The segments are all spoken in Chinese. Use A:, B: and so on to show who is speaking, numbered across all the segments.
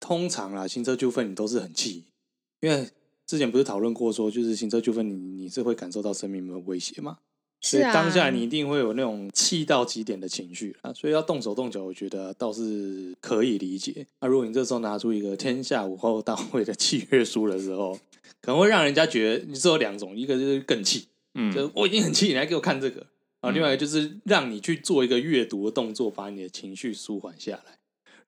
A: 通常啦，行车纠纷你都是很气，因为之前不是讨论过说，就是行车纠纷你你是会感受到生命的威胁嘛，所
B: 是
A: 以
B: 啊，
A: 当下你一定会有那种气到极点的情绪啊，所以要动手动脚，我觉得啊倒是可以理解。那、如果你这时候拿出一个天下武后大会的契约书的时候，可能会让人家觉得你只有两种，一个就是更气，就
C: 嗯
A: 是我已经很气，你还给我看这个啊。
C: 嗯
A: 另外一个就是让你去做一个阅读的动作，把你的情绪舒缓下来，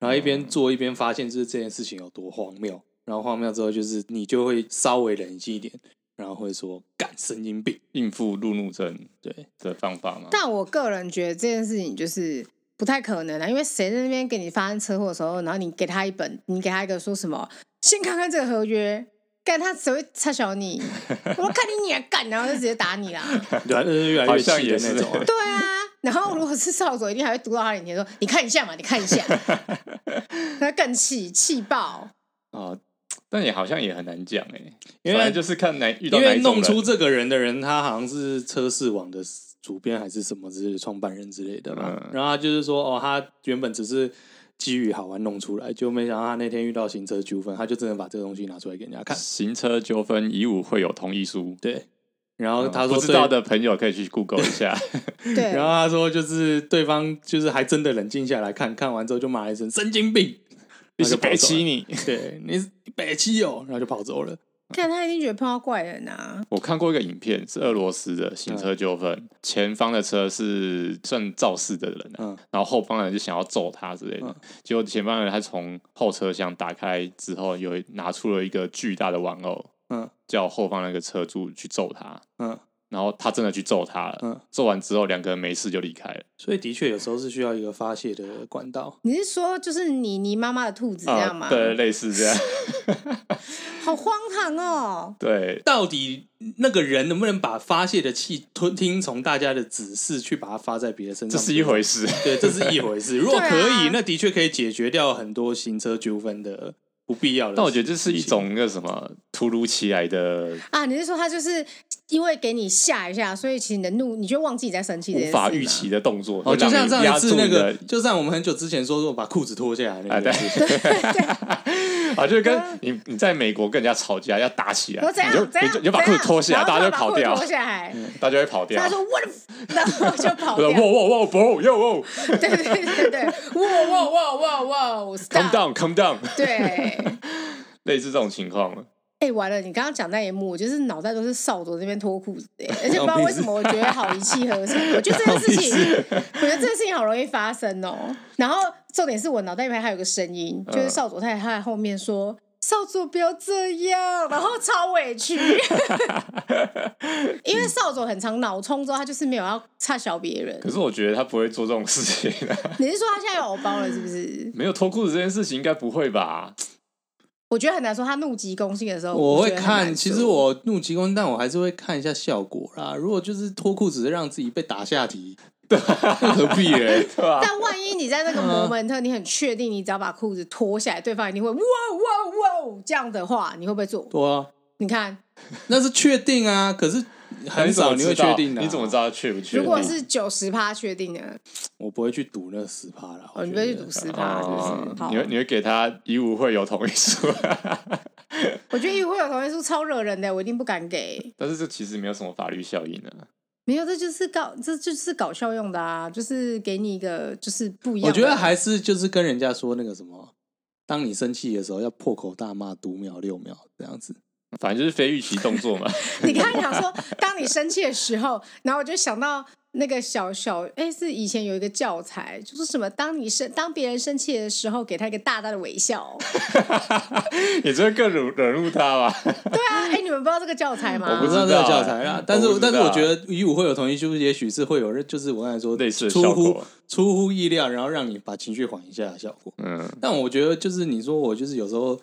A: 然后一边做一边发现就是这件事情有多荒谬，然后荒谬之后就是你就会稍微冷静一点，然后会说干神经病，
C: 应付路怒症
A: 对，
C: 的方法嘛。
B: 但我个人觉得这件事情就是不太可能啊，因为谁在那边给你发生车祸的时候，然后你给他一本，你给他一个说什么，先看看这个合约。干他只会插小你，我说看你你也干，然后就直接打你啦。
A: 对啊，就是越来
C: 好
A: 越气
C: 像
A: 的
C: 也是
A: 那种啊。
B: 对啊，然后如果是扫帚，一定还会读到他脸前说：“你看一下嘛，你看一 下。”他更气气爆，
C: 啊，但也好像也很难讲哎、欸，
A: 因为
C: 反正就是看哪遇到
A: 因
C: 哪
A: 为
C: 一种
A: 弄出
C: 人
A: 这个人的人，他好像是车市网的主编还是什么之类的创办人之类的吧。
C: 嗯
A: 然后他就是说，哦，他原本只是基于好玩弄出来，就没想到他那天遇到行车纠纷，他就真的把这个东西拿出来给人家看。
C: 行车纠纷以武会有同意书，嗯
A: 对，然后他说、
C: 不知道，的朋友可以去 Google 一 下。
B: 对
A: 然，后他说就是对方就是还真的冷静下来看看完之后就骂了一声神经 病，你
C: 你是
A: 是
C: 北
A: 北
C: 七
A: 七
C: 你。
A: 对你是北七哦，然后就跑走了。
B: 看他一定觉得碰到怪人啊。
C: 我看过一个影片，是俄罗斯的行车纠纷，前方的车是算肇事的人、啊，
A: 嗯
C: 然后后方的人就想要揍他之类的，
A: 嗯
C: 结果前方的人他从后车厢打开之后，有一拿出了一个巨大的玩偶，
A: 嗯
C: 叫后方那个车主去揍他，
A: 嗯，
C: 然后他真的去揍他了，
A: 嗯
C: 揍完之后两个人没事就离开了。
A: 所以的确有时候是需要一个发泄的管道。
B: 你是说就是你你妈妈的兔
A: 啊
B: 子这样吗？
C: 啊对，，类 似这样。
B: 好荒唐哦。
C: 对，
A: 到底那个人能不能把发泄的气吞听从大家的指示去把它发在别人身
C: 这
A: 上？
C: 是一 回事。
A: 对，这是一回 事。如果
B: 对啊
A: 可以，那的确可以解决掉很多行车纠纷的不必要的事情。
C: 但我觉得这是一种那个什么突如其来的
B: 啊，你是说他就是因为给你吓一下，所以其实你的怒，你就忘记你在生气这件
C: 无
B: 事吗
C: 法预期的动作，
A: 哦，
C: 会
A: 就
C: 让
A: 像
C: 你
A: 上
C: 压
A: 一
C: 住
A: 次那
C: 你
A: 个
C: 的，
A: 就像我们很久之前说说把裤子脱下来
C: 啊
A: 那
C: 对
A: 个事 情，
C: 啊，就跟你你在美国跟人家吵架要打起来，
B: 我怎样
C: 你就
B: 怎
C: 你
B: 样
C: 就你就把裤
B: 怎
C: 子
B: 样
C: 脱下来，
B: 然后
C: 大家
B: 就
C: 就
B: 把
C: 跑
B: 裤子
C: 掉
B: 脱，下来。
C: 大家就会跑掉
B: 他。说我的，然后就跑
C: 我说
B: 掉
C: 哇。哇哇，bro，yo w
B: 对对对对对，哇哇哇哇哇我
C: c o m e
B: ，stop。
C: down，come down，
B: 对，
C: 类似这种情况了。
B: 哎、完了！你刚刚讲那一幕，我就是脑袋都是扫帚那边脱裤子、哎，而且不知道为什么，我觉得好一气呵成。我觉得这件事情，我觉得这件事情好容易发生哦。然后重点是我脑袋里面还有个声音，就是
C: 嗯
B: 扫帚太太在后面说：“扫帚不要这样。”然后超 委屈，因为扫帚很常脑冲之后，他就是没有要差小别人
C: 可。是我觉得他不会做这种事情啊，
B: 你是说他现在有偶包了，是不是？
C: 没有脱裤子这件事情应该不会吧？
B: 我觉得很难说。他怒极攻心的时候，
A: 我会
B: 觉得很难
A: 看。其
B: 说
A: 实我怒极攻，但我还是会看一下效果啦。如果就是脱裤子让自己被打下体，那何必嘞？
C: 对吧？
B: 但万一你在
C: 嗯
B: 那个 moment，你很确定，你只要把裤子脱下来，对方一定会哇哇哇这样的话，你会不会做？
A: 对啊，
B: 你看，
A: 那是确定啊，可是
C: 那
A: 很少你
C: 你怎么
A: 会
C: 知道
A: 确定的、啊
C: 你怎么知
A: 道？
C: 道确不确定？
B: 如果是九十趴确定的，
A: 我不会去赌那十趴啦。
B: 哦，你不
A: 觉
B: 会去
A: 得啊
B: 赌十趴，是不
C: 哦
B: 是？好
C: 你，会你会给他以武会有同意书，啊
B: 我觉得议会有同意书超惹人的，我一定不敢给。
C: 但是这其实没有什么法律效应啊。
B: 没有，这就是搞，这就是搞笑用的啊，就是给你一个就是不一样
A: 我
B: 的。
A: 觉得还是就是跟人家说那个什么，当你生气的时候要破口大骂读秒六秒这样子。
C: 反正就是非预期动作嘛。
B: 你刚才讲说，当你生气的时候，然后我就想到那个小小，哎，是以前有一个教材，就是什么，当你生当别人生气的时候，给他一个大大的微笑。
C: 你只会更惹惹怒他吧？
B: 对啊，哎，你们不知道这个教材吗？
C: 我不
A: 我知道这
C: 知道
A: 个
C: 欸
A: 教材啦，但
C: 我
A: 是
C: 不知
A: 但是
C: 道啊
A: 我觉得与我会有同意，就是也许是会有，就是我刚才说
C: 类似的
A: 出
C: 效
A: 乎
C: 果啊
A: 出乎意料，然后让你把情绪缓一下的效果。
C: 嗯，
A: 但我觉得就是你说我就是有时候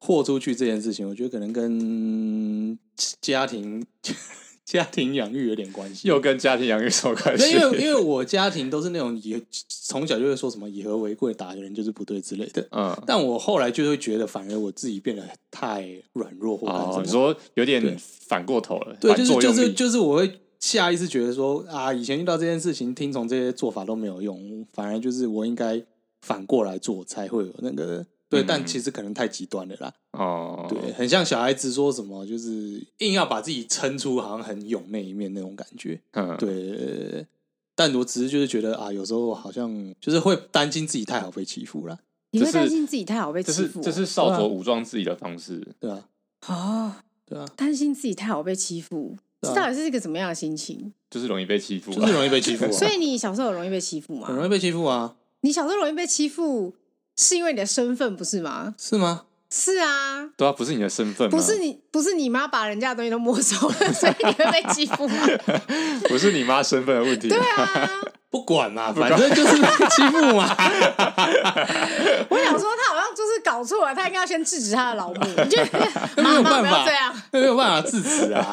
A: 豁出去这件事情，我觉得可能跟家庭 家庭养育有点关系。
C: 又跟家庭养育什么 关
A: 对，
C: 系？
A: 因为因为我家庭都是那种以从小就会说什么以和为贵，打人就是不对之类的。
C: 嗯，
A: 但我后来就会觉得，反而我自己变得太软弱或干什
C: 哦，
A: 么。
C: 你说有点
A: 对
C: 反过头了，
A: 对，
C: 反
A: 就是
C: 作
A: 就
C: 用
A: 是
C: 力
A: 就是我会下意识觉得说啊，以前遇到这件事情，听从这些做法都没有用，反而就是我应该反过来做才会有那个对，
C: 嗯
A: 但其实可能太极端了啦。
C: 哦，
A: 对，很像小孩子说什么，就是硬要把自己撑出好像很勇那一面那种感觉。
C: 嗯，
A: 对对，对对对但我只是就是觉得啊，有时候好像就是会担心自己太好被欺负了，
B: 你
C: 这
B: 会担
C: 是
B: 心自己太好被
C: 这
B: 欺
C: 是
B: 负哦？
C: 这是
A: 啊
C: 少佐武装自己的方式，
A: 对吧？
B: 哦，
A: 对啊，
B: 担心自己太好被欺负，
A: 对
B: 这
A: 啊
B: 到底是一个怎么样的心情？
C: 就是容易被欺负啊，
A: 就是容易被欺负、啊，
B: 所以你小时候有容易被欺负
A: 很
B: 吗？
A: 容易被欺负啊，
B: 你小时候容易被欺负，是因为你的身份不是吗？
A: 是吗？
B: 是啊，
C: 对啊，不是你的身份吗，
B: 不是你，不是你妈把人家的东西都没收了， 所以你会被欺负吗？
C: 不是你妈身份的问题，
B: 对啊，
A: 不管嘛，反正就是被欺负嘛。
B: 我想说他好像就是搞错了，他应该要先制止他的老母，你就
A: 没
B: 妈
A: 有
B: 妈
A: 办
B: 不要
A: 法
B: 这样，
A: 没有办法制止啊。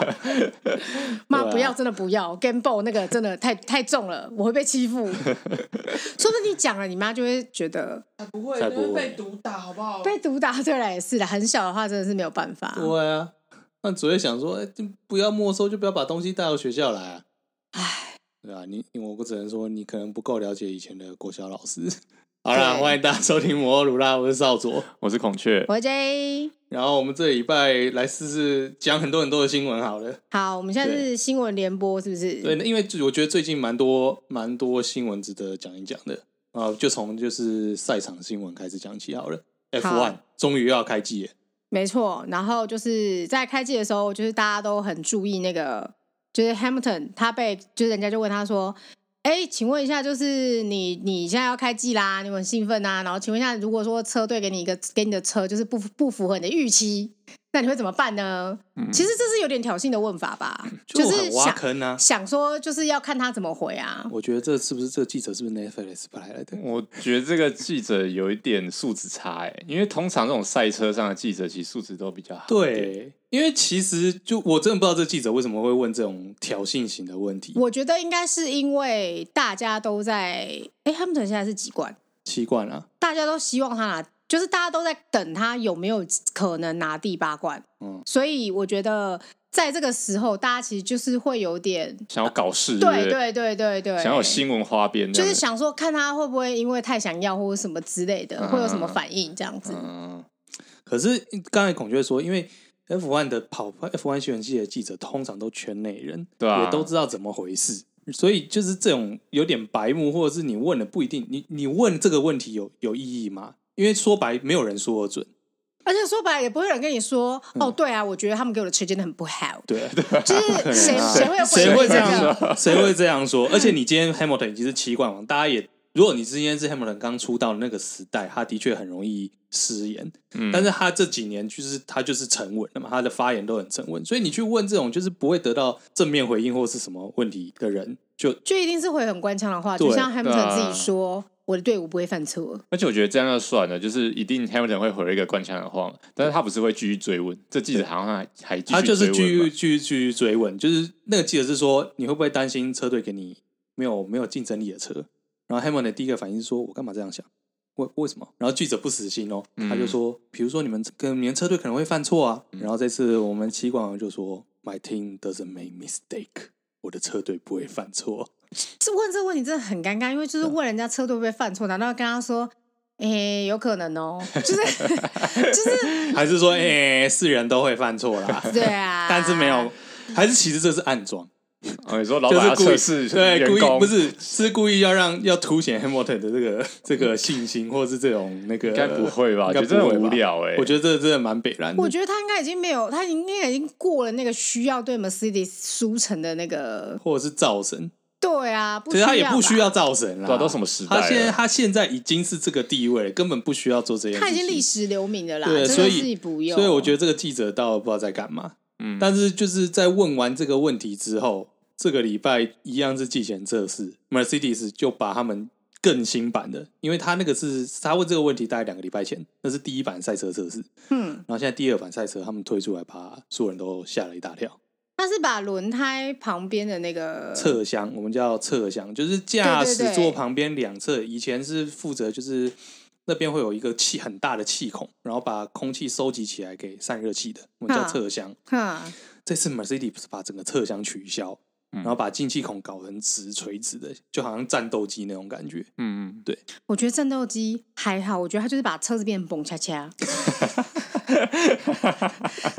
B: 妈
A: 对啊
B: 不要，真的不要 g a m b o 那个真的太太重了，我会被 欺负。说不定你讲了，你妈就会觉得
D: 才不会，
A: 才
D: 那
A: 不会
D: 是
B: 啊
D: 被毒打，好不好？
B: 被毒打对来也是的，很小的话真的是没有办法。
A: 哦对啊，那只会想说，哎、就不要没收，就不要把东西带到学校来、啊。唉，对啊，你我我只能说，你可能不够了解以前的国小老师。 好啦，
B: 对
A: 欢迎大家收听《摩尔鲁拉》，我是少佐。
C: 我是孔雀，
B: 我是 J，
A: 然后我们这礼拜来试试讲很多很多的新闻好了。
B: 好，我们现在是新闻联播，是不是？
A: 对，因为我觉得最近蛮多蛮多新闻值得讲一讲的啊，就从就是赛场新闻开始讲起好了。F1
B: 啊
A: 终于要开季了，
B: 没错。然后就是在开季的时候，就是大家都很注意那个，就是 Hamilton 他被，就是人家就问他说：“哎，请问一下，就是你你现在要开季啦，你们很兴奋啊？然后请问一下，如果说车队给你一个给你的车就是不符不符合你的预期，那你会怎么办呢？”
A: 嗯
B: 其实这是有点挑衅的问法吧，是
A: 很挖
B: 想
A: 坑啊。
B: 想说就是要看他怎么回啊。
A: 我觉得这是不是这记者是不是 Netflix 拍来的？
C: 我觉得这个记者有一点素质差哎，因为通常这种赛车上的记者其实素质都比较好，，
A: 对，因为其实就我真的不知道这记者为什么会问这种挑衅型的问题。
B: 我觉得应该是因为大家都在，哎，他们现在是几冠？
A: 习惯了，
B: 大家都希望他拿，就是大家都在等他有没有可能拿第八冠。
A: 嗯
B: 所以我觉得在这个时候，大家其实就是会有点，
C: 想要搞事，不
B: 对对对对对，
C: 想要有新闻花边
B: 就
C: 这样
B: 是
C: 的，
B: 想说看他会不会因为太想要或者什么之类的，
C: 嗯
B: 会有什么反应这样子。
C: 嗯，
A: 可是刚才孔雀说，因为 F1 的跑 F1 新闻系的记者通常都圈内人，
C: 对啊
A: 也都知道怎么回事，所以就是这种有点白目，或者是你问了不一定，你你问这个问题有有意义吗？因为说白，没有人说得准，
B: 而且说白了，也不会有人跟你说，
C: 嗯
B: 哦，对啊，我觉得他们给我的车真的很不 好，
A: 对啊，
B: 就是谁
C: 嗯
B: 谁会
A: 谁
B: 回
A: 会
B: 应
A: 这样
B: 个？
A: 说？谁会这样说？而且你今天 Hamilton 已经是七冠王，大家也，如果你之前是 Hamilton 刚出道的那个时代，他的确很容易失言，
C: 嗯
A: 但是他这几年就是他就是沉稳了嘛，他的发言都很沉稳，所以你去问这种就是不会得到正面回应或是什么问题的人，就
B: 就一定是会很官腔的话，
A: 对
B: 就像
C: 对
B: Hamilton
C: 啊
B: 自己说，我的队伍不会犯错。
C: 而且我觉得这样就算了，就是一定 Hamilton 会回一个官腔的话，但是他不是会继续追问，这记者好像还还继
A: 他
C: 续
A: 就是继
C: 追问
A: 续
C: 嘛
A: 继续继续追问，就是那个记者是说你会不会担心车队给你没有没有竞争力的车？然后 Hamilton 的第一个反应是说我干嘛这样想？为为什么？然后记者不死心哦，
C: 嗯
A: 他就说，比如说你们跟你们车队可能会犯错啊。然后这次我们七冠王就说，My team doesn't make mistake，我的车队不会犯错。
B: 这问这个问题真的很尴尬，因为
A: 嗯
B: 就是问人家车队会不会犯错，难道要跟他说，诶、有可 能哦，就是就是
A: 还是 说，哎、是人都会犯错啦，
B: 对啊，
A: 但是没有，还是其实这是暗装。
C: 哦，你说老
A: 就
C: 板
A: 是
C: 要
A: 故
C: 测
A: 意
C: 试
A: 对，故
C: 员
A: 意
C: 工
A: 不是是故意要让要凸显 Hamilton 的这个这个信心，或是这种那个
C: 应该不会吧
A: 应该
C: 我觉得
A: 不会
C: 很
A: 吧
C: 无聊欸
A: 我觉得这真的蛮北然的。
B: 我觉得他应该已经没有，他应该已经过了那个需要对 Mercedes 输成的那个，
A: 或者是造神，
B: 对啊，不
A: 其
B: 需
A: 实
B: 要吧，
A: 他也不需要造神啦。
C: 对啊都什么时代
A: 他现在
C: 了
A: 他现在已经是这个地位了，根本不需要做这些。
B: 他已经历。史留名了啦，
A: 对，
B: 真
A: 所
B: 的是
A: 以
B: 不用。
A: 所以我觉得这个记者倒不知道在干嘛。
C: 嗯
A: 但是就是在问完这个问题之后，这个礼拜一样是季前测试，Mercedes 就把他们更新版的，因为他那个是他问这个问题大概两个礼拜前，那是第一版赛车测试，
B: 嗯，
A: 然后现在第二版赛车他们推出来，把所有人都吓了一大跳。
B: 他是把轮胎旁边的那个
A: 侧箱，我们叫侧箱，就是驾
B: 呃对对
A: 驶
B: 对
A: 座旁边两侧，以前是负责就是那边会有一个气很大的气孔，然后把空气收集起来给散热器的，我们叫
B: 啊
A: 侧箱。
B: 哈，
A: 这次 Mercedes 把整个侧箱取消，然后把进气孔搞成直垂直的，就好像战斗机那种感觉。
C: 嗯嗯，
B: 我觉得战斗机还好，我觉得它就是把车子变蹦 恰恰，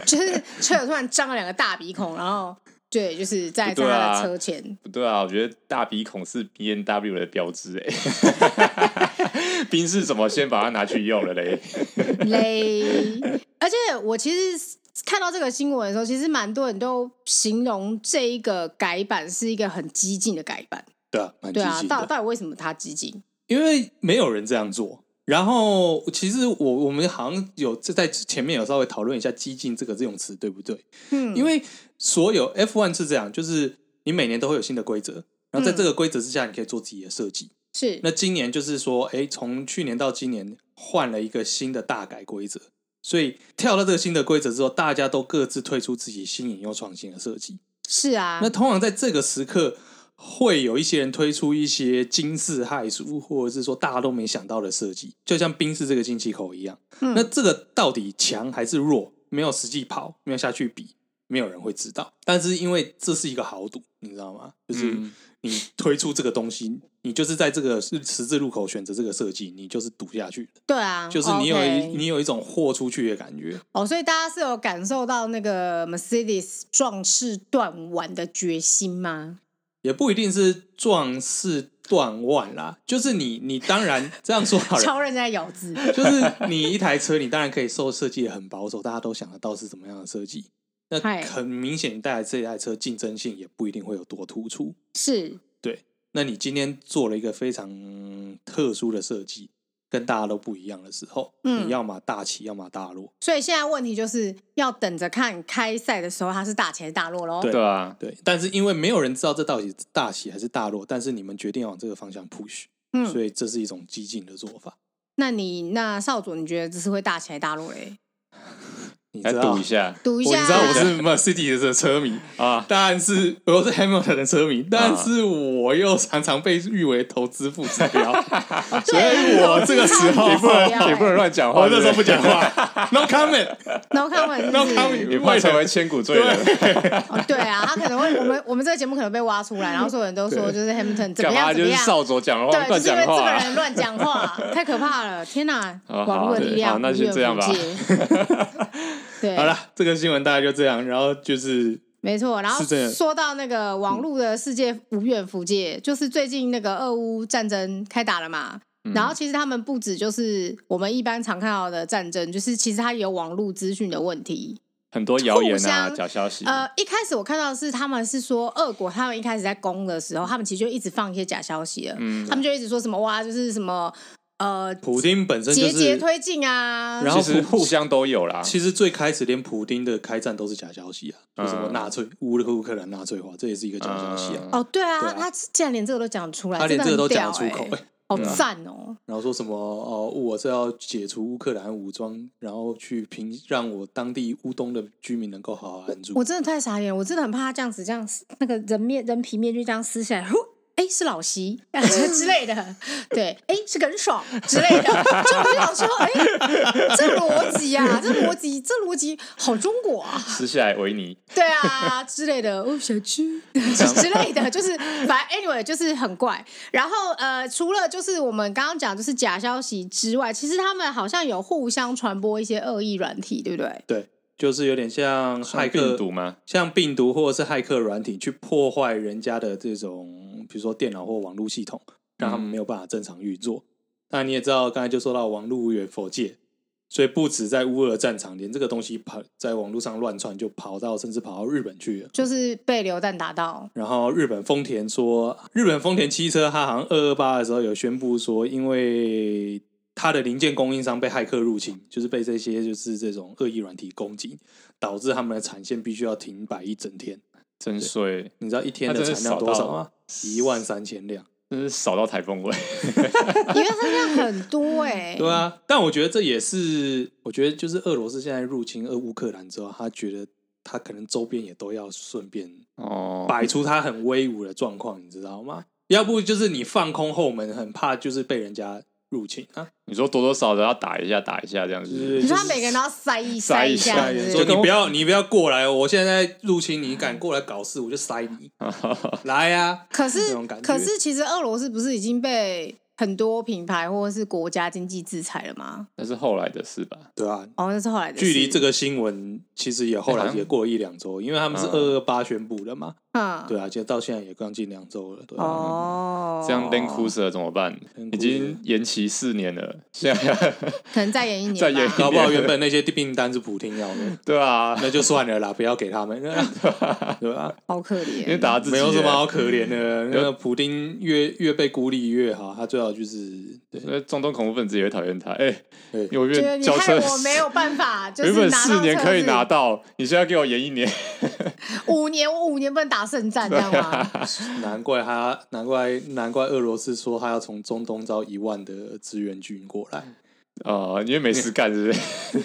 B: 就是车友突然张了两个大鼻孔，然后对，就是在
C: 不
B: 在
C: 对啊
B: 他的车前，
C: 不对啊，我觉得大鼻孔是 B N W 的标志哎、 冰是什么？先把它拿去用了嘞。
B: 嘞。而且我其实看到这个新闻的时候，其实蛮多人都形容这一个改版是一个很激进的改版。
A: 对啊，蛮激
B: 对啊，
A: 进
B: 到
A: 的。
B: 到底为什么它激进？
A: 因为没有人这样做。然后，其实我我们好像有这在前面有稍微讨论一下“激进”这个这种词对不对？
B: 嗯，
A: 因为所有 F1 是这样，就是你每年都会有新的规则，然后
B: 嗯
A: 在这个规则之下，你可以做自己的设计。
B: 是
A: 那今年就是说，哎，从去年到今年换了一个新的大改规则，所以跳到这个新的规则之后，大家都各自推出自己新颖又创新的设计。
B: 是啊
A: 那，通常在这个时刻，会有一些人推出一些惊世骇俗，或者是说大家都没想到的设计，就像冰室这个进气口一样。
B: 嗯
A: 那这个到底强还是弱，没有实际跑，没有下去比，没有人会知道。但是因为这是一个豪赌，你知道吗？就是
C: 嗯
A: 你推出这个东西，你就是在这个十字路口选择这个设计，你就是赌下去的，
B: 对啊，
A: 就是你有一
B: OK
A: 你有一种豁出去的感觉。
B: 哦，所以大家是有感受到那个 Mercedes 壮士断腕的决心吗？
A: 也不一定是壮士断腕啦，就是你你当然这样说好了，
B: 超人在咬字，
A: 就是你一台车，你当然可以受设计得很保守，大家都想得到是怎么样的设计。那
B: 嗨
A: 很明显，你带来这台车竞争性也不一定会有多突出。
B: 是
A: 那你今天做了一个非常特殊的设计，跟大家都不一样的时候，
B: 嗯
A: 你要么大起，要么大落。
B: 所以现在问题就是要等着看开赛的时候，它是大起大落喽。
A: 对
C: 对啊，
A: 对，但是因为没有人知道这到底是大起还是大落，但是你们决定要往这个方向 push，、所
B: 嗯，
A: 以这是一种激进的做法。
B: 那你那少佐，你觉得这是会大起大落嘞？
A: 你
C: 来
A: 知道
C: 赌 一下
B: 赌一
A: 我
B: 下
A: 你
B: 啊，
A: 知道我 是 Mercedes 的车迷，
C: 啊！
A: 但是我是 Hamilton 的车迷，但是我又常常被誉为投资副指标，
B: 啊
A: 所以哎我这个时候
B: 你
C: 也
B: 不
C: 不
B: 能
C: 能也不能乱讲话，
A: 我那时候不
C: 对对
A: 讲话，No comment。
B: No comment，
A: No
B: 是不是
A: comment
C: 也怕成为千古罪人。
B: 哦对啊，他可能会我们我们这个节目可能被挖出来，然后所有人都说就是 Hamilton 怎么
C: 干嘛
B: 样怎
C: 就
B: 么
C: 是
B: 样，
C: 少佐讲话
B: 对，
C: 哦乱
B: 就是因为
C: 讲
B: 这个
C: 话哦
B: 人乱讲话，太可怕了！天哪，
C: 好好
B: 网络的力量
C: 好那先这样吧
B: 无远不至 对，
A: 好，了，这个新闻大概就这样，然后就是
B: 没错。然后
A: 是这样
B: 说到那个网络的世界无远弗届，就是最近那个俄乌战争开打了嘛。
C: 嗯
B: 然后其实他们不止就是我们一般常看到的战争，就是其实它也有网络资讯的问题。
C: 很多谣言
B: 互
C: 啊、
B: 相
C: 假消息。
B: 呃，一开始我看到的是他们是说俄国，他们一开始在攻的时候，他们其实就一直放一些假消息了，
C: 嗯
B: 他们就一直说什么哇，就是什么呃
A: 普丁本身就
B: 节节
A: 是，
B: 推进啊，
A: 然后
C: 其实互相都有啦。
A: 其实最开始连普丁的开战都是假消息啊，就什么
C: 嗯
A: 纳粹乌克乌克兰纳粹化，这也是一个假消息啊。
C: 嗯
B: 哦，对啊，
A: 对啊
B: 他竟然连这个都讲出来，
A: 他连
B: 真
A: 这个
B: 的
A: 都
B: 很
A: 讲
B: 屌
A: 得出口，
B: 欸
A: 哎
B: 好赞哦！
A: 然后说什么哦，我是要解除乌克兰武装，然后去平让我当地乌东的居民能够好好安住。
B: 我真的太傻眼了，我真的很怕他这样子，这样撕那个人面人皮面具这样撕下来，呼，哎， 是老席之类的，对，哎，是耿爽之类的，就我就想说，哎，这逻辑啊，这逻辑，这逻辑好中国啊，
C: 撕下来维尼，
B: 对啊之类的，哦，小区之类的，就是反正 anyway 就是很怪。然后呃，除了就是我们刚刚讲就是假消息之外，其实他们好像有互相传播一些恶意软体，对不对？
A: 对，就是有点像
C: 像
A: 骇客
C: 病毒吗？
A: 像病毒或者是骇客软体去破坏人家的这种，比如说电脑或网络系统，让他们没有办法正常运作。那你也知道，刚才就说到网络无远佛界，所以不止在乌俄战场，连这个东西跑在网络上乱窜，就跑到甚至跑到日本去了。
B: 就是被流弹打到，
A: 然后日本丰田说，日本丰田汽车它好像二二八的时候有宣布说，因为它的零件供应商被骇客入侵，就是被这些就是这种恶意软体攻击，导致他们的产线必须要停摆一整天。
C: 真衰，
A: 你知道一天
C: 它
A: 的
C: 真是
A: 产量
C: 少
A: 多少
C: 到
A: 吗？一万三千辆。
C: 真是少到台风尾。
B: 因为他这样很多哎、
A: 对啊，但我觉得这也是，我觉得就是俄罗斯现在入侵俄乌克兰之后，他觉得他可能周边也都要顺便
C: 哦，
A: 摆出他很威武的状况，你知道吗？要不就是你放空后门，很怕就是被人家入侵啊，
C: 你说多多少少要打一下，打一下这样
A: 就是
C: 子，
B: 你说他每个人都要塞一
C: 塞一
B: 一
C: 下
B: 下，
C: 对
B: 是不
A: 说
B: 是
A: 你不要你不要过来，我现在入侵你，敢过来搞事，我就塞 你，来呀、
B: 可
A: 那
B: 是
A: 种感觉
B: 可是其实俄罗斯不是已经被很多品牌或者是国家经济制裁了吗？
C: 那是后来的事吧？
A: 对啊，
B: 哦，那是后来的事。
A: 距离这个新闻其实也后
C: 哎好
A: 来
C: 像
A: 也过了一两周，因为他们是
C: 嗯
A: 二二八宣布的嘛，
B: 嗯，
A: 对啊，就到现在也刚近两周了，对啊，
B: 哦，
C: 这样 l a n c r u s e r 怎么办？
A: Land
C: 已经延期四年了， 现在
B: 可能再演一年吧，
C: 再延一
A: 搞不好原本那些订单是普丁要的，
C: 对啊，
A: 那就算了啦，不要给他们， 对吧、
B: 好可
C: 因为
B: 怜。
C: 打到自己
A: 没
C: 啊
A: 有什么
C: 了
A: 好可怜的，那个普丁越越被孤立越好，他最好就是对
C: 那中东恐怖分子也会讨厌他。哎、
A: 对
C: 我
B: 觉得
C: 原本
B: 你
C: 交
B: 害
C: 车，
B: 我没有办 法，就
C: 原
B: 是
C: 本
B: 拿到
C: 四年
B: 车
C: 可以
B: 子
C: 拿到，你现在给我延一年，
B: 五年，我五年不能打圣战，这样吗？
C: 啊
A: 难怪他，难怪难怪俄罗斯说他要从中东招一万的支援军过来，
C: 哦，因为没事干，是 不是？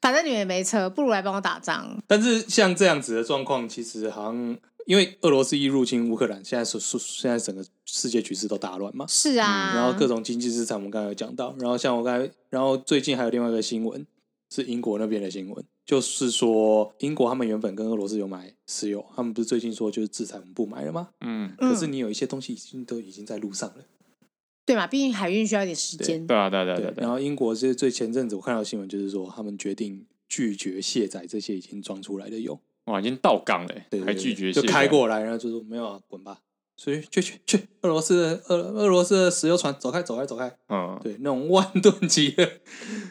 B: 反正你们也没车，不如来帮我打仗。
A: 但是像这样子的状况，其实好像因为俄罗斯一入侵乌克兰，现在是是现在整个世界局势都大乱嘛，
B: 是啊，
C: 嗯
A: 然后各种经济资产我们刚才有讲到，然后像我刚才，然后最近还有另外一个新闻是英国那边的新闻，就是说英国他们原本跟俄罗斯有买石油，他们不是最近说就是制裁我们不买了吗？
C: 嗯，
B: 嗯
A: 可是你有一些东西已经都已经在路上了。
B: 对嘛，毕竟海运需要一点时间。
C: 对啊，对啊，对啊，对
A: 对
C: 啊，对
A: 然
C: 啊
A: 后英国是最前阵子我看到的新闻，就是说他们决定拒绝卸载这些已经装出来的油，
C: 哇，已经到港了，欸
A: 对对对
C: 还拒绝
A: 就
C: 卸载
A: 开，过来，然后就说没有啊，滚吧。所以去去去，俄罗斯的俄俄罗斯的石油船走开走开走开，
C: 嗯，
A: 对那种万吨级的，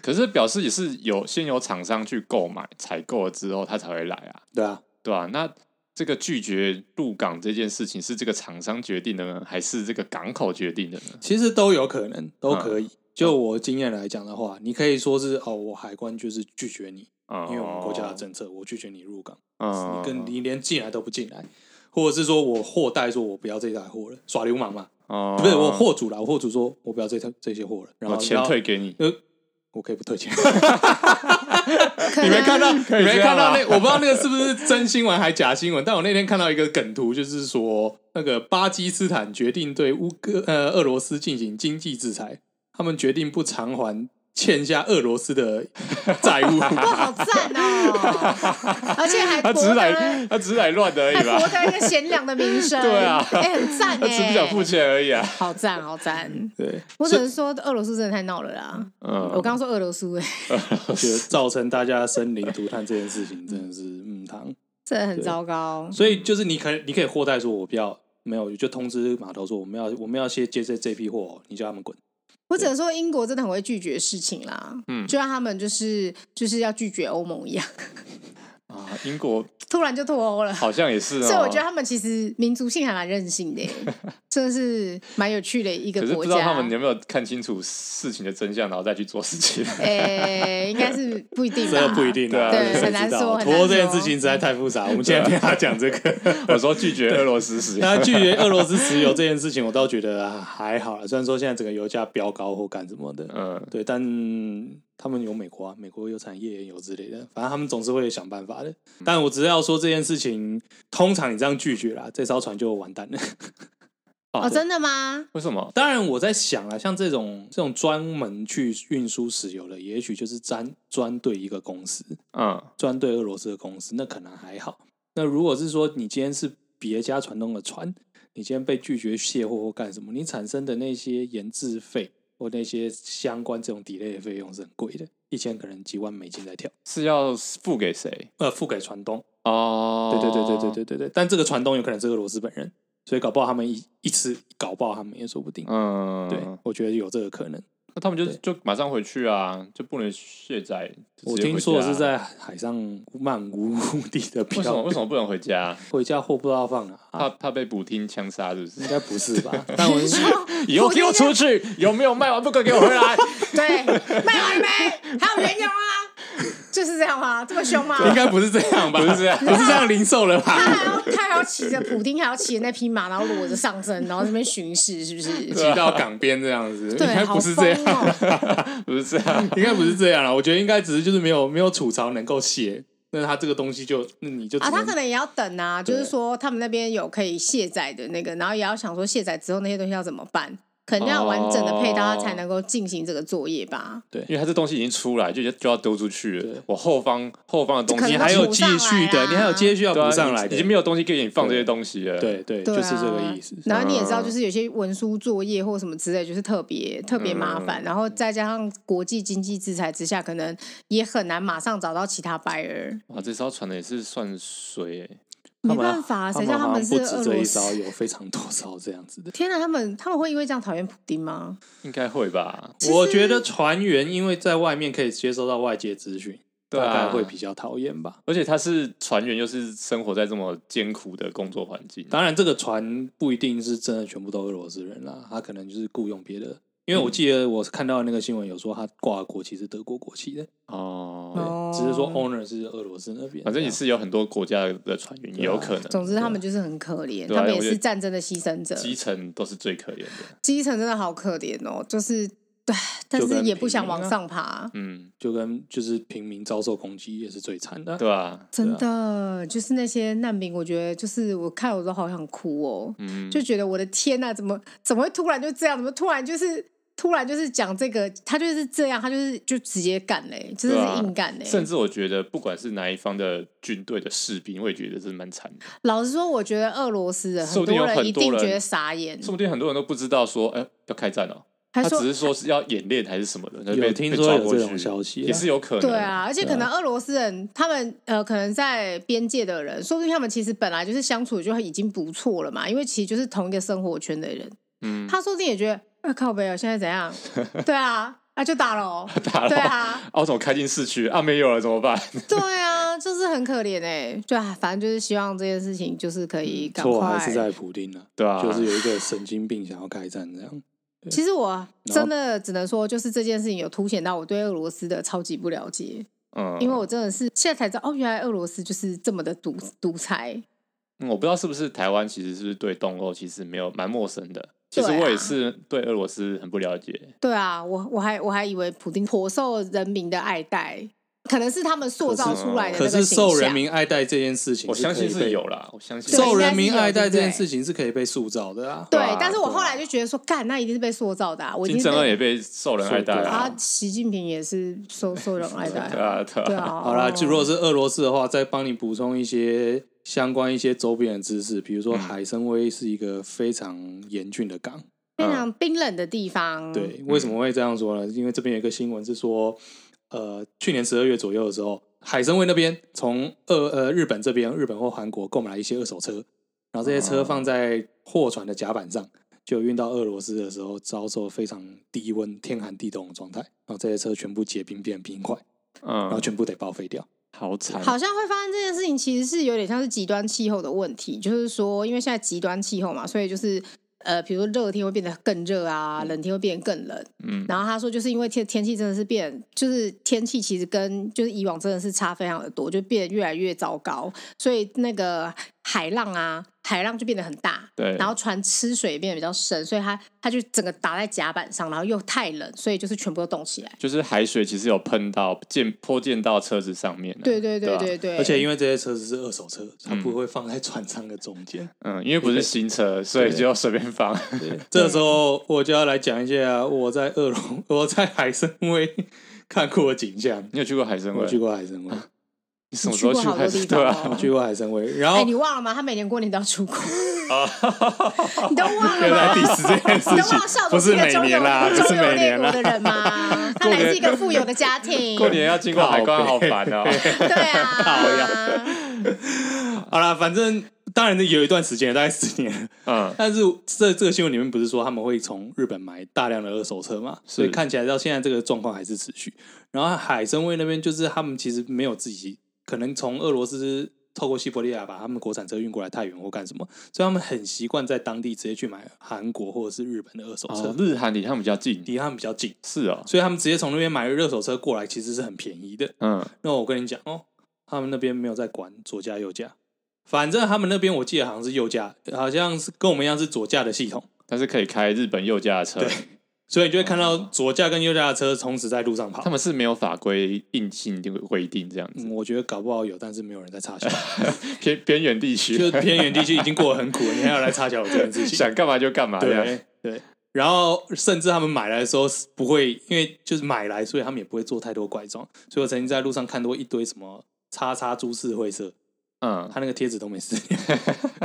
C: 可是表示也是有先有厂商去购买采购了之后，他才会来啊，
A: 对啊，
C: 对啊，那这个拒绝入港这件事情是这个厂商决定的呢，还是这个港口决定的呢？
A: 其实都有可能，都可以。就嗯我经验来讲的话，你可以说是哦，我海关就是拒绝你，
C: 啊、
A: 因为我们国家的政策，我拒绝你入港，哦
C: 嗯，
A: 你跟你连进来都不进来，或者是说我货代说我不要这一台货了，耍流氓嘛，
C: 哦，
A: 不是我货主啦，我货主说我不要这套这些货了，然
C: 我
A: 后
C: 钱退，给你，
A: 呃，我可以不退钱。
B: 可能
A: 你没看到？
C: 可以
A: 你
C: 这
A: 没
C: 样
A: 看
C: 啊
A: 到那？我不知道那个是不是真新闻还假新闻，但我那天看到一个梗图，就是说那个巴基斯坦决定对乌克呃俄罗斯进行经济制裁，他们决定不偿还欠下俄罗斯的债 务。
B: 哇，好赞哦！而且还
C: 他
B: 博
C: 只
B: 得
C: 是来，他只是来乱的而
B: 还
C: 已吧
B: 博，得一个贤良的名声。
C: 对啊
B: 哎，很赞
C: 他
B: 哎，
C: 只不想付钱而已啊。
B: 好赞，好赞！
A: 对，
B: 我只能说，俄罗斯真的太闹了啦。
C: 嗯
B: 我刚刚说俄罗斯，哎，
A: 我觉得造成大家生灵涂炭这件事情真的是嗯 糖，
B: 真的很糟糕。
A: 所以就是你可你可以货代说我不要。没有，就通知码头说我们要我们要先接这这批货哦，你叫他们滚。
B: 我只能说，英国真的很会拒绝事情啦。
C: 嗯
B: 就像他们就是就是要拒绝欧盟一样，
C: 啊，英国
B: 突然就脱欧了。
C: 好像也是哦，
B: 所以我觉得他们其实民族性还蛮任性的 耶，真的是蛮有趣的一个
C: 可是不
B: 国
C: 知
B: 家。
C: 道他们有没有看清楚事情的真相，然后再去做事情。
B: 诶、应该是不一定吧，
A: 这个不一定啊，
C: 对
A: 谁
B: 很难
A: 知道
B: 说很
A: 脱欧
B: 难
A: 这件
B: 说
A: 事情实在太复杂，我们 今天不要讲这个。
C: 我说拒 绝俄罗斯使用，
A: 那拒绝俄罗斯石油这件事情，我倒觉得啊还好啦。虽然说现在整个油价飙高或干什么的，
C: 嗯，
A: 对，但他们有美国啊，美国有产页岩油之类的，反正他们总是会想办法的。但我只是要说这件事情，通常你这样拒绝啦，这艘船就完蛋了。
B: 哦，真的 吗？
C: 为什么？
A: 当然，我在想啊，像这种这种专门去运输石油的，也许就是专专对一个公司，
C: 嗯
A: 专对俄罗斯的公司，那可能还好。那如果是说你今天是别家船东的船，你今天被拒绝卸货或干什么，你产生的那些研制费或那些相关这种 delay 的费用是很贵的，一千可能几万美金在跳，
C: 是要付给谁？
A: 呃，付给船东。
C: 哦，
A: 对对对对对对对对，但这个船东有可能是俄罗斯本人，所以搞不好他们一一次搞爆他们也说不定。
C: 嗯，
A: 对，我觉得有这个可能。
C: 那他们就就马上回去啊，就不能卸载。就
A: 我
C: 直接
A: 听
C: 回
A: 说
C: 家
A: 是在海上漫无目的的
C: 为什么
A: 漂
C: 为，什么不能回家？
A: 回家货不知道放 哪、 啊，
C: 怕怕被补丁枪杀是不
A: 应
C: 是？
A: 该不是 吧？但我
C: 以后给我出去，有没有卖完不可给我回 来？
B: 对，卖完没？还有原油啊，就是这样吗？这么凶 吗？
A: 应该不是这样吧？
C: 不是这啊样
A: 不是这啊样零售了
B: 他
A: 吧？
B: 还要他还要骑着普丁，还要骑着那匹马，然后裸着上身，然后这边巡视，是不是？
A: 骑到港边这样子，应
B: 对，
A: 该
B: 好
A: 不
B: 疯
A: 是这样，
B: 哦！
C: 不是这啊样，
A: 应该不是这样了。我觉得应该只是就是没有没有吐槽能够写，那他这个东西就那你就只
B: 啊，他可
A: 能
B: 能也要等啊，就是说他们那边有可以卸载的那个，然后也要想说卸载之后那些东西要怎么办。可可能要完整的配搭，
C: 哦
B: 它才能够进行这个作业吧。
C: 因为它这东西已经出来，就就要丢出去了。我后方后方的东
B: 可
C: 西
A: 你
B: 能
C: 还
A: 还有
C: 有
A: 继
B: 啊
A: 续的，你还有接续要
C: 对啊
A: 补上来
C: 已
A: 的，
C: 经没有东西可以给你放这些东西了。，
A: 对对，
B: 对、啊，
A: 就是这个意思。
B: 然后你也知道，就是有些文书作业或什么之类，就是特别
A: 嗯
B: 特别麻烦，然后再加上国际经济制裁之下，可能也很难马上找到其他 buyer。
C: 哇，这艘船的也是算水欸、
B: 没
A: 他们
B: 办法，
A: 他
B: 谁叫他
A: 好
B: 们
A: 像
B: 是
A: 不止
B: 俄
A: 这
B: 罗
A: 一招，
B: 斯？
A: 有非常多招这样子的。
B: 天哪，他们他们会因为这样讨厌普丁吗？
C: 应该会吧？
B: 其实
A: 我觉得船员因为在外面可以接收到外界资讯，
C: 对啊
A: 大概会比较讨厌吧。
C: 而且他是船员，又是生活在这么艰苦的工作环境，
A: 当然，这个船不一定是真的全部都俄罗斯人啦，他可能就是雇佣别的。因为我记得我看到那个新闻有说他挂的国旗是德国国旗的，
C: 哦，
B: 哦，
A: 只是说 owner 是俄罗斯那边。
C: 反正也是有很多国家的船员，也有可
B: 总
C: 能
B: 之，他们就是很可怜，
C: 啊对啊
B: 他们也
C: 我觉
B: 是
C: 得
B: 战争的牺牲者，
C: 基层都是最可怜的。
B: 基层真的好可怜哦，就是对，但
A: 就跟
B: 是也不想
A: 平民啊
B: 往上爬，
C: 嗯，
A: 就跟就是平民遭受攻击也是最惨的。
C: 对啊，
B: 真的就是那些难民，我觉得就是我看我都好想哭哦，
C: 嗯，
B: 就觉得我的天呐、怎么怎么会突然就这样？怎么突然就是突然就是讲这个，他就是这样，他就是就直接干嘞、真
C: 对
B: 的
C: 啊
B: 是硬干嘞、
C: 甚至我觉得，不管是哪一方的军队的士兵，我也觉得这是蛮惨的。
B: 老实说，我觉得俄罗斯人很
C: 说不定有
B: 多人一
C: 很多
B: 定
C: 人
B: 觉得傻眼，
C: 说不定很多人都不知道说，哎、要开战哦、
B: 还
C: 他
B: 说
C: 只是说是要演练还是什么的，那
A: 有
C: 被
A: 听
C: 被
A: 说
C: 抓
A: 有
C: 过
A: 这
C: 去
A: 种消息啊
C: 也是有可能。
B: 对啊，而且可能俄罗斯人他们呃，可能在边界的人，说不定他们其实本来就是相处就已经不错了嘛，因为其实就是同一个生活圈的人，
C: 嗯，
B: 他说不定也觉得，呃，靠北哦，现在怎样？对啊，啊就打喽，
C: 打
B: 对
C: 了，
B: 啊，
C: 啊，我怎么开进市区啊？没有了，怎么办？
B: 对啊，就是很可怜哎、对啊，反正就是希望这件事情就是可以赶
A: 错
B: 快。
A: 还是在普丁啊，
C: 对啊，
A: 就是有一个神经病想要开战这样。
B: 其实我真的只能说，就是这件事情有凸显到我对俄罗斯的超级不了解，
C: 嗯，
B: 因为我真的是现在才知道，哦，原来俄罗斯就是这么的独独裁。
C: 嗯我不知道是不是台湾，其实是不是对东欧其实没有蛮陌生的。其
B: 对啊
C: 实我也是对俄罗斯很不了解，
B: 对啊，我我还我还以为普丁颇受人民的爱戴，可能是他们塑造出来的
A: 可
B: 那个
A: 是
B: 形象。
A: 受人民爱戴这件事情，
C: 我相信
A: 是
C: 是有啦，我相信
B: 对
A: 受
B: 应该
A: 人
B: 是
A: 民
B: 有
A: 爱戴
B: 对不
A: 这
B: 对
A: 件事情是可以被塑造的啊。
B: 对
C: 对啊，
B: 但是我
A: 对啊
B: 后来就觉得说，干，那一定是被塑造的、啊，我一
C: 金
B: 定
C: 正恩也
B: 是。
C: 被受人爱戴
B: 啊
C: 啊，，
B: 习近平也是受受人爱戴
C: 对
B: 啊，
C: 啊，对
B: 对
C: 啊，
B: 啊。
A: 好啦，就如果是俄罗斯的话，再帮你补充一些相关一些周边的知识，比如
C: 嗯
A: 说海参崴是一个非常严峻的港。
B: 非常冰冷的地方，，
C: 嗯
A: 对，为什么会这样说呢？因为这边有一个新闻是说，呃，去年十二月左右的时候，海参崴那边从俄呃日本这边，日本或韩国购买了一些二手车，然后这些车
C: 哦
A: 放在货船的甲板上，就运到俄罗斯的时候，遭受非常低温、天寒地冻的状态，然后这些车全部结冰变冰块，然后
C: 嗯，
A: 全部得报废掉。
C: 好惨，
B: 好像会发生这件事情，其实是有点像是极端气候的问题，就是说，因为现在极端气候嘛，所以就是呃，比如说热天会变得更热啊，冷天会变得更冷，
C: 嗯，
B: 然后他说，就是因为天天气真的是变，就是天气其实跟就是以往真的是差非常的多，就变得越来越糟糕，所以那个海浪啊，海浪就变得很大，
C: 对
B: 然后船吃水也变得比较深，所以它它就整个打在甲板上，然后又太冷，所以就是全部都冻起来。
C: 就是海水其实有喷到溅泼溅到车子上面啊，
B: 对对对
C: 对嗯吧
B: 对对，
A: 而且
B: 为
A: 因为这些车子是二手车，它不会放在船舱的中 间。
C: 嗯，因为不是新车，所以就要随便放，
A: 这时候我就要来讲一下我在俄罗我在海参崴看过的景象。
C: 你有去过海参
A: 我
C: 崴？
A: 去过海参崴，
C: 你什么时候
B: 去过好
C: 海
B: 多
C: 参
B: 地
C: 崴？对
B: 方
C: 啊，
A: 我
B: 哦。
A: 去过海参崴，然
B: 哎，
A: 后
B: 你忘了吗？他每年过年都要出国，
C: 哦
B: 你都忘了
C: 又
B: 吗？
C: 在 diss 啊这
B: 你都
C: 件事
B: 忘了
C: 情，
B: 少
C: 不
B: 佐
C: 是
B: 一个
C: 每
B: 周游
C: 年啦，不
B: 周
C: 是
B: 游
C: 每
B: 列
C: 年
B: 国
C: 啦，
B: 的人吗？ 他来自一个富有的家庭，
C: 过年要经过海关，好烦哦。
B: 对啊，
A: 好啦，反正当然有一段时间了，大概十年了。
C: 嗯，
A: 但是这这个新闻里面不是说他们会从日本买大量的二手车嘛？所以看起来到现在这个状况还是持续。然后海参崴那边就是他们其实没有自己，可能从俄罗斯透过西伯利亚把他们国产车运过来太原或干什么，所以他们很习惯在当地直接去买韩国或者是日本的二手车，
C: 哦，日韩离他们比较近，
A: 离他们比较近，
C: 是哦，
A: 所以他们直接从那边买二手车过来其实是很便宜的。
C: 嗯，
A: 那我跟你讲哦，他们那边没有在管左驾右驾，反正他们那边我记得好像是右驾，好像是跟我们一样是左驾的系统，
C: 但是可以开日本右驾的车，
A: 所以你就会看到左驾跟右驾的车同时在路上跑
C: 他。们是没有法规硬性定规定这样
A: 嗯
C: 子，
A: 我觉得搞不好有，但是没有人在插小，
C: 偏边缘地
A: 就
C: 区
A: 是偏远地区已经过得很苦了，你还要来插小这件事情。
C: 想干嘛就干嘛，这样
A: 对对，啊然后甚至他们买来的时候是不会，因为就是买来，所以他们也不会做太多怪装。所以我曾经在路上看过一堆什么“叉叉株式会社”，
C: 嗯，
A: 他那个贴纸都没撕掉，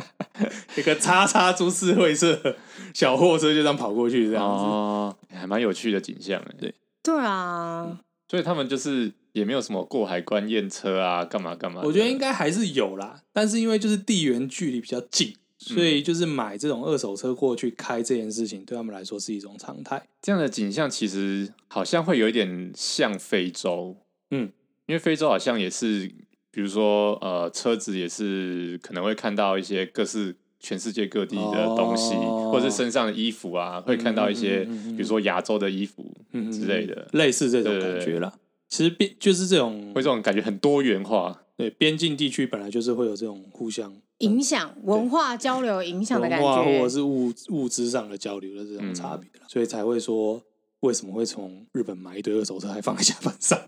A: 一个“叉叉株式会社”小货车就这样跑过去，这样子。
C: 哦，还蛮有趣的景象哎。
A: 对
B: 对啊，
C: 所以他们就是也没有什么过海关验车啊，干嘛干嘛的。
A: 我觉得应该还是有啦，但是因为就是地缘距离比较近，
C: 嗯
A: 所以就是买这种二手车过去开这件事情，对他们来说是一种常态。
C: 这样的景象其实好像会有一点像非洲，
A: 嗯，
C: 因为非洲好像也是，比如说呃，车子也是可能会看到一些各式全世界各地的东西，
A: 哦
C: 或者是身上的衣服啊，会看到一些，
A: 嗯嗯嗯嗯
C: 比如说亚洲的衣服
A: 嗯
C: 之类的，
A: 类似这种感觉啦。其实边就是这种
C: 会这种感觉很多元化。
A: 对边境地区本来就是会有这种互相
B: 影响文化交流影响的
A: 文
B: 感
A: 化或者
B: 觉，
A: 是物物资上的交流的这种
C: 嗯
A: 差别啦、所以才会说为什么会从日本买一堆二手车还放在甲板上？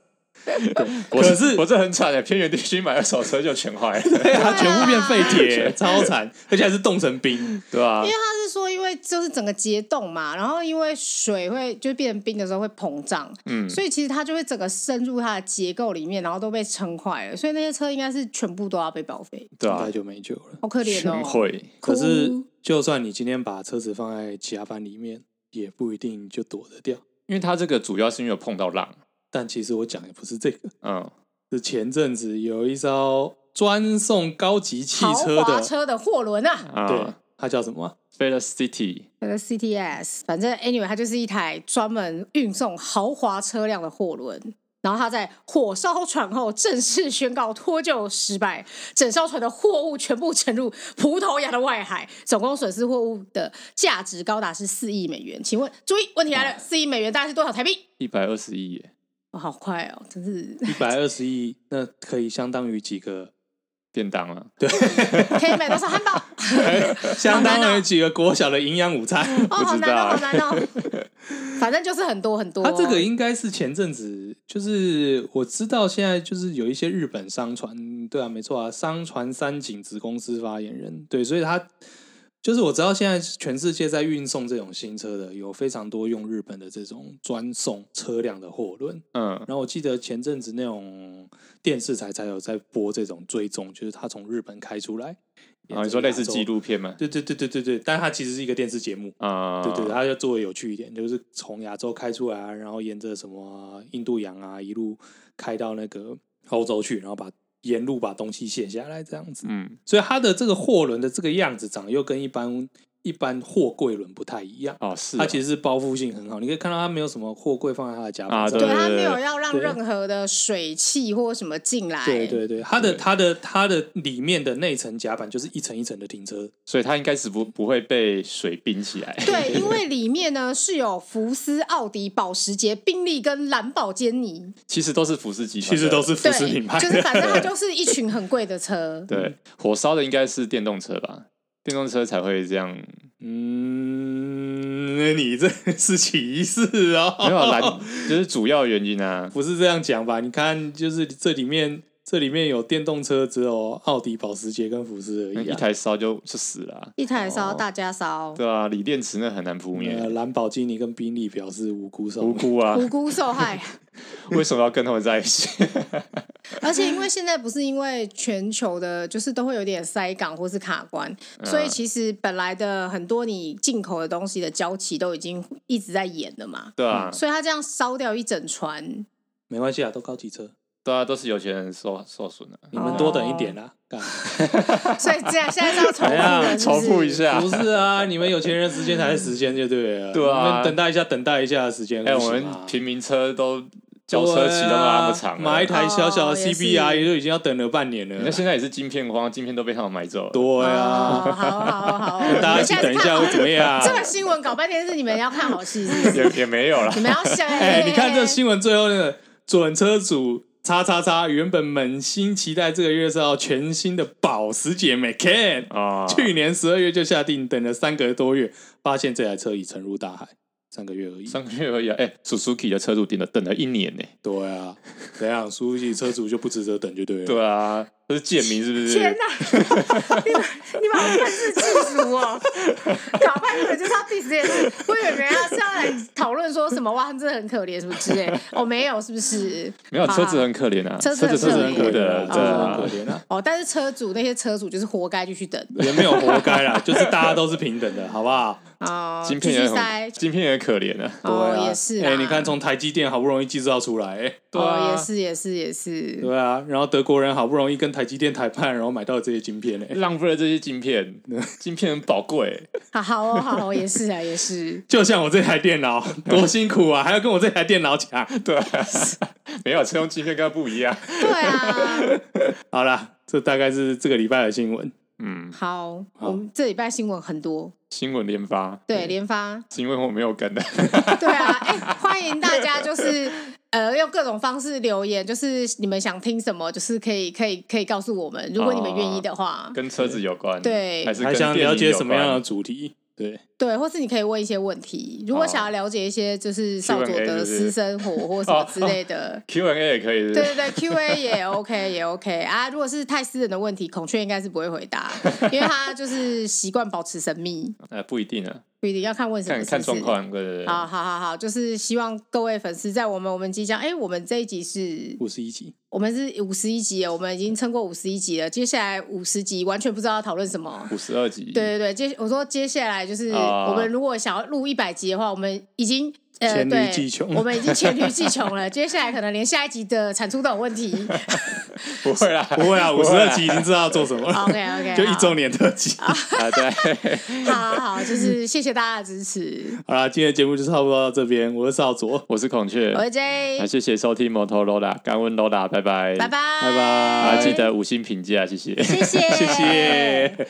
C: 我
A: 可是
C: 我这很惨的，欸偏远地区买二手车就全坏 了，
A: 对啊，全部变废铁， 超惨，而且还是冻成冰。
C: 对吧、
B: 因为他是说，因为就是整个结冻嘛，然后因为水会就变成冰的时候会膨胀，
C: 嗯，
B: 所以其实它就会整个渗入它的结构里面，然后都被撑坏了，所以那些车应该是全部都要被报废，
C: 对
A: 应
C: 啊
A: 该，就没救了。
B: 好可怜
C: 全
B: 哦。
C: 会。
A: 可是
B: 哭，
A: 就算你今天把车子放在甲板里面，也不一定就躲得掉。
C: 因为它这个主要是因为有碰到浪，
A: 但其实我讲的不是这个，
C: 嗯，
A: 是前阵子有一艘专送高级汽
B: 豪
A: 车
B: 华
A: 的，
B: 车的货轮啊，
A: 对
C: 啊，
A: 它叫什么啊、
C: f e l City，
B: 那个 CTS，反正 anyway，它就是一台专门运送豪华车辆的货轮。然后它在火烧船后正式宣告脱臼失败，整艘船的货物全部沉入葡萄牙的外海，总共损失货物的价值高达是四亿美元。请问，注意问题来了，四亿美元大概是多少台币？
C: 一百二十亿耶，
B: 哦，好快哦，真 是
A: 一百二十亿，那可以相当于几个，
C: 便当啊，
B: 可以买多少汉 堡？
A: 相
B: 难哦
A: 当于几个国小的营养午餐。
B: 哦，好
C: 不知
B: 难
C: 道
B: 哦，好难哦。反正就是很多很多。
A: 它这个应该是前阵子，就是我知道现在就是有一些日本商船，对啊，没错啊，商船三井子公司发言人，对，所以他就是我知道现在全世界在运送这种新车的，有非常多用日本的这种专送车辆的货轮。
C: 嗯，
A: 然后我记得前阵子那种电视台才有在播这种追踪，就是他从日本开出来，
C: 然哦后你说类似纪
A: 录，
C: 录片吗？
A: 对对对对对对，但它其实是一个电视节目。
C: 啊，
A: 对对，对，它就做的有趣一点，就是从亚洲开出来啊，然后沿着什么印度洋啊，一路开到那个欧洲去，然后把沿路把东西卸下来这样子。
C: 嗯，
A: 所以它的这个货轮的这个样子，长得又跟一般一般货柜轮不太一样。
C: 哦是啊，
A: 它其实是包覆性很好，你可以看到它没有什么货柜放在它的甲板
C: 啊
A: 上。
B: 对
C: 对
B: 它
C: 对
B: 没有
C: 对
B: 要让
A: 对
B: 任何的水汽或什么进来。
A: 对对对，它的
C: 对
A: 它的它的里面的内层甲板就是一层一层的停车，
C: 所以它应该是不不会被水冰起来，
B: 对因为里面呢是有福斯、奥迪、保时捷、宾利跟兰博基尼，
C: 其实都是福斯集
A: 其
C: 团的，
A: 实都是服
B: 对
A: 饰品，牌。
B: 就是反正它就是一群很贵的车。
C: 对，火烧的应该是电动车吧，电动车才会这样，没
A: 嗯，那你这是歧视哦？
C: 有啊蓝，就是主要原因啊，
A: 不是这样讲吧？你看，就是这里面这里面有电动车，只有奥迪、保时捷跟福斯而已、
C: 嗯一
A: 啊。
C: 台烧就就死了啊，
B: 一台烧，
C: 哦
B: 大家烧，
C: 对啊，锂电池那很难扑
A: 呃，
C: 灭，
A: 兰博基尼跟宾利表示无辜受
B: 哦
C: 无辜啊，
B: 无辜受害。
C: 为什么要跟他们在一起？
B: 而且因为现在不是因为全球的，就是都会有点塞港或是卡关，所以其实本来的很多你进口的东西的交期都已经一直在延了嘛，
C: 对啊，
B: 所以他这样烧掉一整船，
A: 没关系啊，都高级车，
C: 对啊，都是有钱人受受损的，
A: 你们多等一点啦。干
B: 所以这样现在是要重复
C: 哎呀，
B: 的，是不
C: 重
B: 是
C: 复一。下
A: 不。是啊，你们有钱人时间才是时间就对了。
C: 对啊
A: 你们等待一下，等待一下的时间。
C: 哎，
A: 不
C: 我
A: 行
C: 们
A: 吗
C: 平民车都轿车骑都那么长
A: 对啊啊买一
C: 了，
A: 台小小的
B: 哦也是
A: CBR 也就已经要等了半年了
C: 人。家现在也是晶片荒，晶片都被他们买走了。
A: 对
B: 哦
A: 啊，
B: 好好好，
A: 大家一起等一下会怎么样？
B: 这个新闻搞半天是你们要看好戏，是不 是？
C: 也也没有啦
B: 你，们要想，
A: 哎、你看这新闻最后那个准车主叉叉叉，原本满心期待这个月是要全新的保时捷 Macan，、
C: 啊，
A: 去年十二月就下定，等了三个多月，发现这台车已沉入大海，三个月而已。
C: 上个月而已啊。哎，Suzuki 的车主等了等了一年呢。
A: 对啊，怎样？苏记车主就不值得等就对了。
C: 对啊，这是贱民是不是？
B: 天哪！你把你把我愤世嫉俗哦，搞半天就是要 diss 这件事，我以为人家是要来讨论说什么哇，真的很可怜什么之类，哦没有是不是？
C: 没有
B: 好
C: 车子很可怜啊，
B: 车子
C: 子
B: 很
C: 是
B: 可
C: 无
B: 怜哦
C: 辜
A: 车
C: 的，对
A: 子很
C: 啊
A: 可怜啊，
B: 哦，但是车主那些车主就是活该继续等
A: 也没有活该 啦，就是大家都是平等的，好不好？
B: 哦，
C: 晶
B: 继
C: 片
B: 续
C: 也
B: 塞
C: 很，晶片也可怜 啊，
B: 哦
A: 对啊
B: 也是
A: 哎，
B: 啊
A: 你看从台积电好不容易制造出来，哎
C: 对啊
B: 哦也是也是也是，
A: 对啊，然后德国人好不容易跟台积电谈判，然后买到了这些晶片，哎，
C: 浪费了这些 晶片，晶片很宝贵，
B: 好好哦好哦也是啊也是，
A: 就像我这台电 脑多辛苦啊，还要跟我这台电脑抢。
C: 对啊，没有车用晶片跟它不一样，
B: 对啊，
A: 好啦，这大概是这个礼拜的新闻。
C: 嗯，
B: 好，
A: 好
B: 我们这礼拜新闻很多，
C: 新闻连发，
B: 对联 发。
C: 是因为我没有跟的，
B: 对啊，哎、欢迎大家就是呃用各种方式留言，就是你们想听什么，就是可以可以可以告诉我们，如果你们愿意的话，
C: 跟车子有关，
B: 对
C: 还是
A: 还
C: 跟
A: 想
C: 电影
A: 了解
C: 有
A: 什么样的
C: 关
A: 主题？对，
B: 对，或是你可以问一些问题，如果想
C: 哦
B: 要了解一些就是少佐
C: Q&A
B: 的
C: 是不是
B: 私
C: 哦
B: 生活或什么之类的。
C: Q&A 也可以，是不
B: 对
C: 是
B: 对对，Q&A 也 OK 也 OK 啊。如果是太私人的问题，孔雀应该是不会回答，因为他就是习惯保持神秘，
C: 呃，不一定啊，
B: 不一定要看问什么
C: 看看
B: 是不
C: 状
B: 是
C: 况，对对对，
B: 好好好好，就是希望各位粉丝在我们我们即将哎，我们这一集是
A: 五十一集，
B: 我们是五十一集了，我们已经撑过五十一集了，接下来五十集完全不知道要讨论什么。
C: 五十二集，
B: 对对对，接我说接下来就是
C: 啊
B: 我们如果想要录一百集的话，我们已经呃
A: 黔驴
B: 对
A: 技，穷
B: 我们已经黔驴技穷了。接下来可能连下一集的产出都有问题。
C: 不会啦，
A: 不会啊，五
C: 不
A: 十
C: 会
A: 二
C: 啊
A: 集已经知道要做什么了，
B: OK OK，
A: 就一周年特辑。
C: 啊，对，
B: 好好好好，就是谢谢大家的支持。
A: 好啦，今天的节目就差不多到这边，我是少佐，
C: 我是孔雀，
B: 我是 J，
C: 那谢谢收听摩托罗拉，感恩罗拉，拜拜，
B: 拜拜，拜
A: 拜拜
C: 啊，记得五星评价，谢谢。
B: 谢谢，
A: 谢谢。